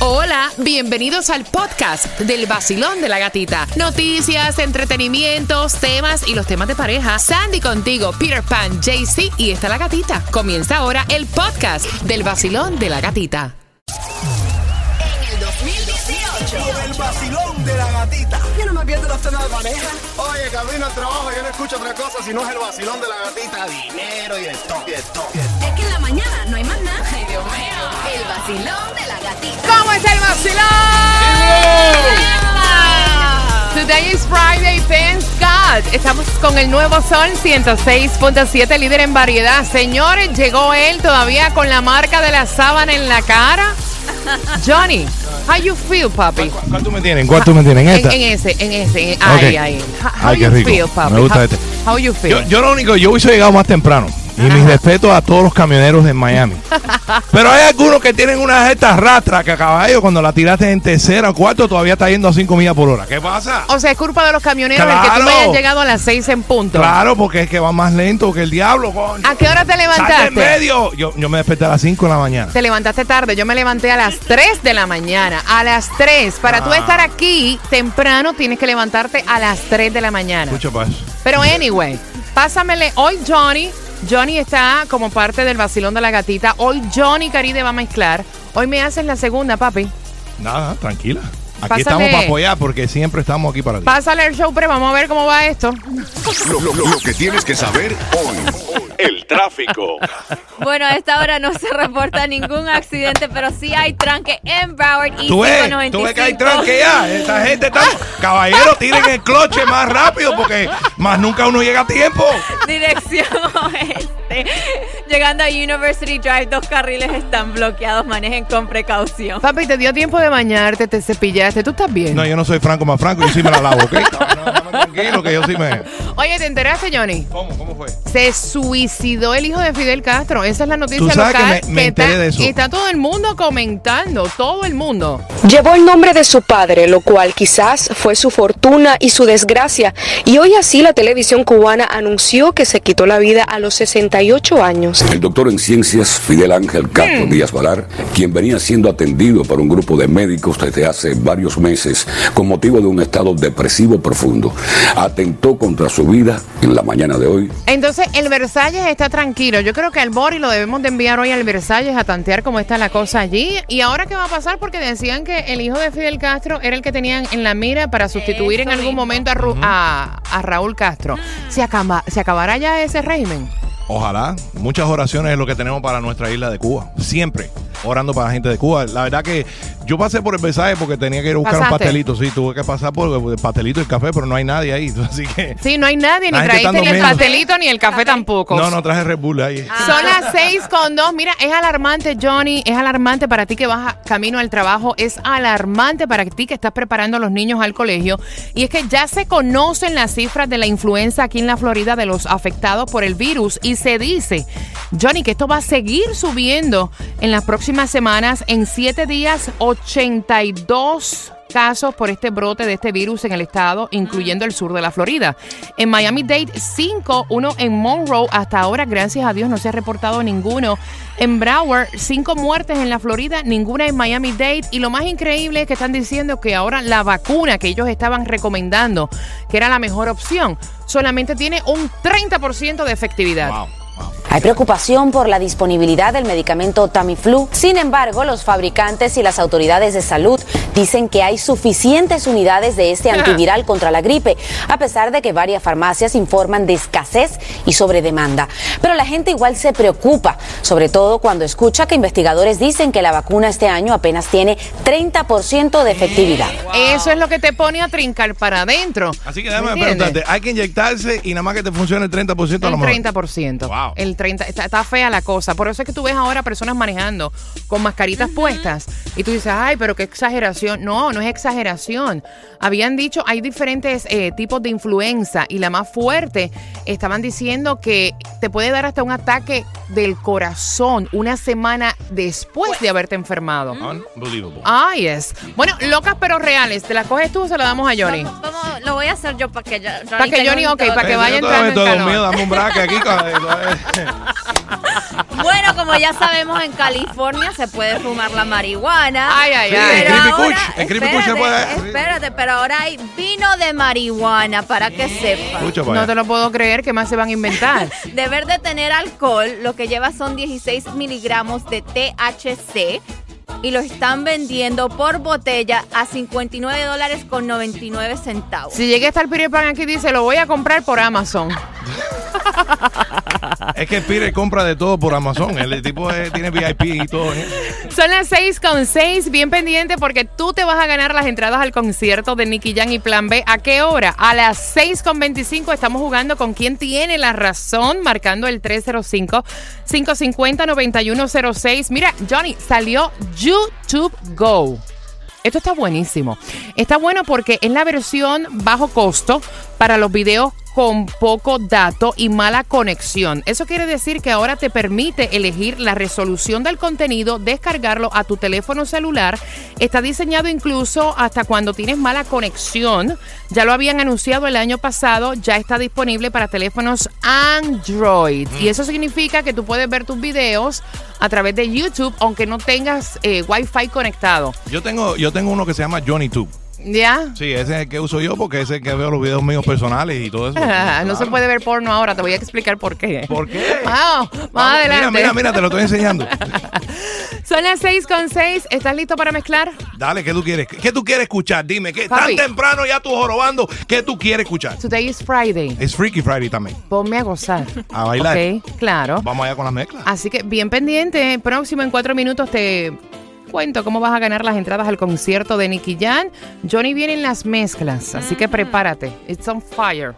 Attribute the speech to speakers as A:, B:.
A: Hola, bienvenidos al podcast del vacilón de la gatita. Noticias, entretenimientos, temas y los temas de pareja. Sandy contigo, Peter Pan, JC y está la gatita. Comienza ahora el podcast del vacilón de la gatita.
B: En el 2018.
C: Con el vacilón de la gatita.
B: Yo no me pierdo los temas de pareja.
C: Oye, camino al trabajo, yo no escucho otra cosa si no es el vacilón de la gatita. Dinero y de todo, y de todo. y de todo.
B: Es que en la mañana no hay más nada. Ay, Dios mío. El vacilón de la gatita.
A: ¿Cómo está el vacilón? Today is Friday, thanks God. Estamos con el nuevo Sol 106.7, líder en variedad. Señores, llegó él todavía con la marca de la sábana en la cara. Johnny, how you feel, papi?
D: ¿Cu- ¿Cuánto me tienen? ¿Cuánto me tienen?
A: En,
D: Esta.
A: en ese, en ese, en-
D: Ok.
A: ahí, ahí. How, how
D: Ay, qué
A: you
D: rico.
A: feel, papi?
D: Me gusta
A: how,
D: este.
A: how you feel?
D: Yo, yo lo único, yo hubiese llegado más temprano. Ah, Y mis respetos a todos los camioneros de Miami. Pero hay algunos que tienen una de estas rastras que a caballo cuando la tiraste en tercera o cuarto todavía está yendo a 5 millas por hora. ¿Qué pasa?
A: o sea, es culpa de los camioneros el que tú no
D: Claro.
A: hayas llegado a las seis en punto.
D: Claro, porque es que va más lento que el diablo, coño.
A: ¿A qué hora te
D: Salte en
A: levantaste?
D: medio. Yo, yo me desperté a las 5 de la mañana.
A: Te levantaste tarde, yo me levanté a las 3 de la mañana. A las 3. Para tú
D: Ah.
A: estar aquí temprano, tienes que levantarte a las 3 de la mañana.
D: Mucho paso.
A: Pero anyway, pásamele hoy Johnny. Johnny está como parte del vacilón de la gatita. Hoy Johnny Caride va a mezclar. Hoy me haces la segunda, papi.
D: Nada, tranquila. Aquí
A: Pásale.
D: estamos para apoyar porque siempre estamos aquí para ti.
A: Pásale el show, pero vamos a ver cómo va esto.
E: Lo, lo- lo que tienes que saber hoy. El tráfico.
F: Bueno, a esta hora no se reporta ningún accidente, pero sí hay tranque en Broward y
D: Tú ves,
F: 595.
D: tú ves que hay tranque ya. Esta gente está. Caballero, tiren el cloche más rápido porque más nunca uno llega a tiempo.
F: Dirección oeste. Llegando a University Drive, dos carriles están bloqueados. Manejen con precaución.
A: Papi, te dio tiempo de bañarte, te cepillaste, tú estás bien.
D: No, yo no soy Franco más Franco, yo sí me la lavo, ¿ok? No, no, no, tranquilo, que yo sí me.
A: Oye, ¿te enteraste, Johnny?
D: ¿Cómo? ¿Cómo fue?
A: Se suicidó el hijo de Fidel Castro. Esa es la noticia
D: Tú sabes
A: local.
D: que me- me enteré
A: está,
D: de eso.
A: está todo el mundo comentando, todo el mundo.
G: Llevó el nombre de su padre, lo cual quizás fue su fortuna y su desgracia, y hoy así la televisión cubana anunció que se quitó la vida a los 68 años.
H: El doctor en ciencias Fidel Ángel Castro Díaz Valar, quien venía siendo atendido por un grupo de médicos desde hace varios meses con motivo de un estado depresivo profundo, atentó contra su vida en la mañana de hoy.
A: Entonces, el Versalles está tranquilo. Yo creo que al Bori lo debemos de enviar hoy al Versalles a tantear cómo está la cosa allí. ¿Y ahora qué va a pasar? Porque decían que el hijo de Fidel Castro era el que tenían en la mira para sustituir en
F: Eso
A: algún
F: mismo.
A: momento a, Ru- a- a Raúl Castro. ¿Se, acaba- ¿Se acabará ya ese régimen?
D: Ojalá. Muchas oraciones es lo que tenemos para nuestra isla de Cuba. Siempre. Orando para la gente de Cuba. La verdad que yo pasé por el mensaje porque tenía que ir a buscar un
A: Pasaste.
D: pastelito. Sí, tuve que pasar por el pastelito y el café, pero no hay nadie ahí. Así que.
A: Sí, no hay nadie, ni
D: La gente está
A: traíste ni el
D: durmiendo.
A: pastelito ni el café tampoco.
D: No, no traje Red Bull ahí.
A: Son las seis con dos. Mira, es alarmante, Johnny. Es alarmante para ti que vas a- camino al trabajo. Es alarmante para ti que estás preparando a los niños al colegio. Y es que ya se conocen las cifras de la influenza aquí en la Florida de los afectados por el virus. Y se dice, Johnny, que esto va a seguir subiendo en las próximas semanas. En siete días, 82 casos por este brote de este virus en el estado, incluyendo el sur de la Florida. En Miami-Dade 5, uno en Monroe, hasta ahora gracias a Dios no se ha reportado ninguno. En Broward 5 muertes en la Florida, ninguna en Miami-Dade y lo más increíble es que están diciendo que ahora la vacuna que ellos estaban recomendando, que era la mejor opción, solamente tiene un 30% de efectividad.
D: Wow, wow.
I: Hay preocupación por la disponibilidad del medicamento Tamiflu. Sin embargo, los fabricantes y las autoridades de salud dicen que hay suficientes unidades de este antiviral contra la gripe, a pesar de que varias farmacias informan de escasez y sobredemanda. Pero la gente igual se preocupa, sobre todo cuando escucha que investigadores dicen que la vacuna este año apenas tiene 30% de efectividad.
A: Eso es lo que te pone a trincar para adentro.
D: Así que déjame
A: ¿Me entiendes?
D: preguntarte, hay que inyectarse y nada más que te funcione el 30% a
A: El
D: lo mejor.
A: 30%.
D: Wow.
A: El 30, está, está fea la cosa. Por eso es que tú ves ahora personas manejando con mascaritas puestas y tú dices, ay, pero qué exageración. No, no es exageración. Habían dicho, hay diferentes eh, tipos de influenza y la más fuerte, estaban diciendo que te puede dar hasta un ataque del corazón una semana después de haberte enfermado.
D: Unbelievable.
A: Ah, yes. Bueno, locas pero reales. ¿Te las coges tú o se las damos a Johnny?
F: Vamos- vamos, lo voy a hacer yo para que yo-
A: Pa' que Johnny, ok, pa' que
D: Ven,
A: vaya
D: Eh, yo
A: entrando en
D: todavía estoy
A: calor.
D: dormido, dame un braque aquí. cabrón.
F: Bueno, como ya sabemos, en California se puede fumar la marihuana.
A: Ay, ay,
D: Sí,
A: ay.
D: en
F: Pero
D: Creepy
F: ahora-
D: Kush, en Creepy Kush se
F: espérate,
D: puede-
F: Espérate, pero ahora hay vino de marihuana, para que sepas.
D: Escucha para
A: No
D: allá.
A: te lo puedo creer, ¿qué más se van a inventar?
F: Deber de tener alcohol, lo que lleva son 16 miligramos de THC y lo están vendiendo por botella a 59 dólares con 99 centavos.
A: Si llegué hasta el Piripan aquí, dice, lo voy a comprar por Amazon.
D: Es que Pire compra de todo por Amazon. El tipo eh, tiene VIP y todo. ¿eh?
A: Son las 6 con 6, bien pendiente porque tú te vas a ganar las entradas al concierto de Nicky Jam y Plan B. ¿A qué hora? A las 6 con 25 estamos jugando con quien tiene la razón, marcando el 305-550-9106. Mira, Johnny, salió YouTube Go. Esto está buenísimo. Está bueno porque es la versión bajo costo para los videos con poco dato y mala conexión. Eso quiere decir que ahora te permite elegir la resolución del contenido, descargarlo a tu teléfono celular. Está diseñado incluso hasta cuando tienes mala conexión. Ya lo habían anunciado el año pasado, ya está disponible para teléfonos Android. Y eso significa que tú puedes ver tus videos a través de YouTube aunque no tengas eh, Wi-Fi conectado.
D: Yo tengo, yo tengo uno que se llama Johnny Tube.
A: ¿Ya?
D: Sí, ese es el que uso yo porque ese es el que veo los videos míos personales y todo eso.
A: Ah, No se puede ver porno ahora, te voy a explicar por qué.
D: ¿Por qué?
A: Wow, más
D: Vamos,
A: adelante.
D: Mira, mira, mira, te lo estoy enseñando.
A: Son las 6 con 6. ¿Estás listo para mezclar?
D: Dale, ¿qué tú quieres? ¿Qué tú quieres escuchar? Dime, que tan
A: Papi.
D: temprano ya tú jorobando, ¿qué tú quieres escuchar?
A: Today is Friday.
D: Es Freaky Friday también.
A: Ponme a gozar.
D: A bailar.
A: Ok, claro.
D: Vamos allá con las mezclas.
A: Así que bien pendiente. Próximo en cuatro minutos te cuento cómo vas a ganar las entradas al concierto de Nicky Jam. Johnny viene en las mezclas, así que prepárate. It's on fire.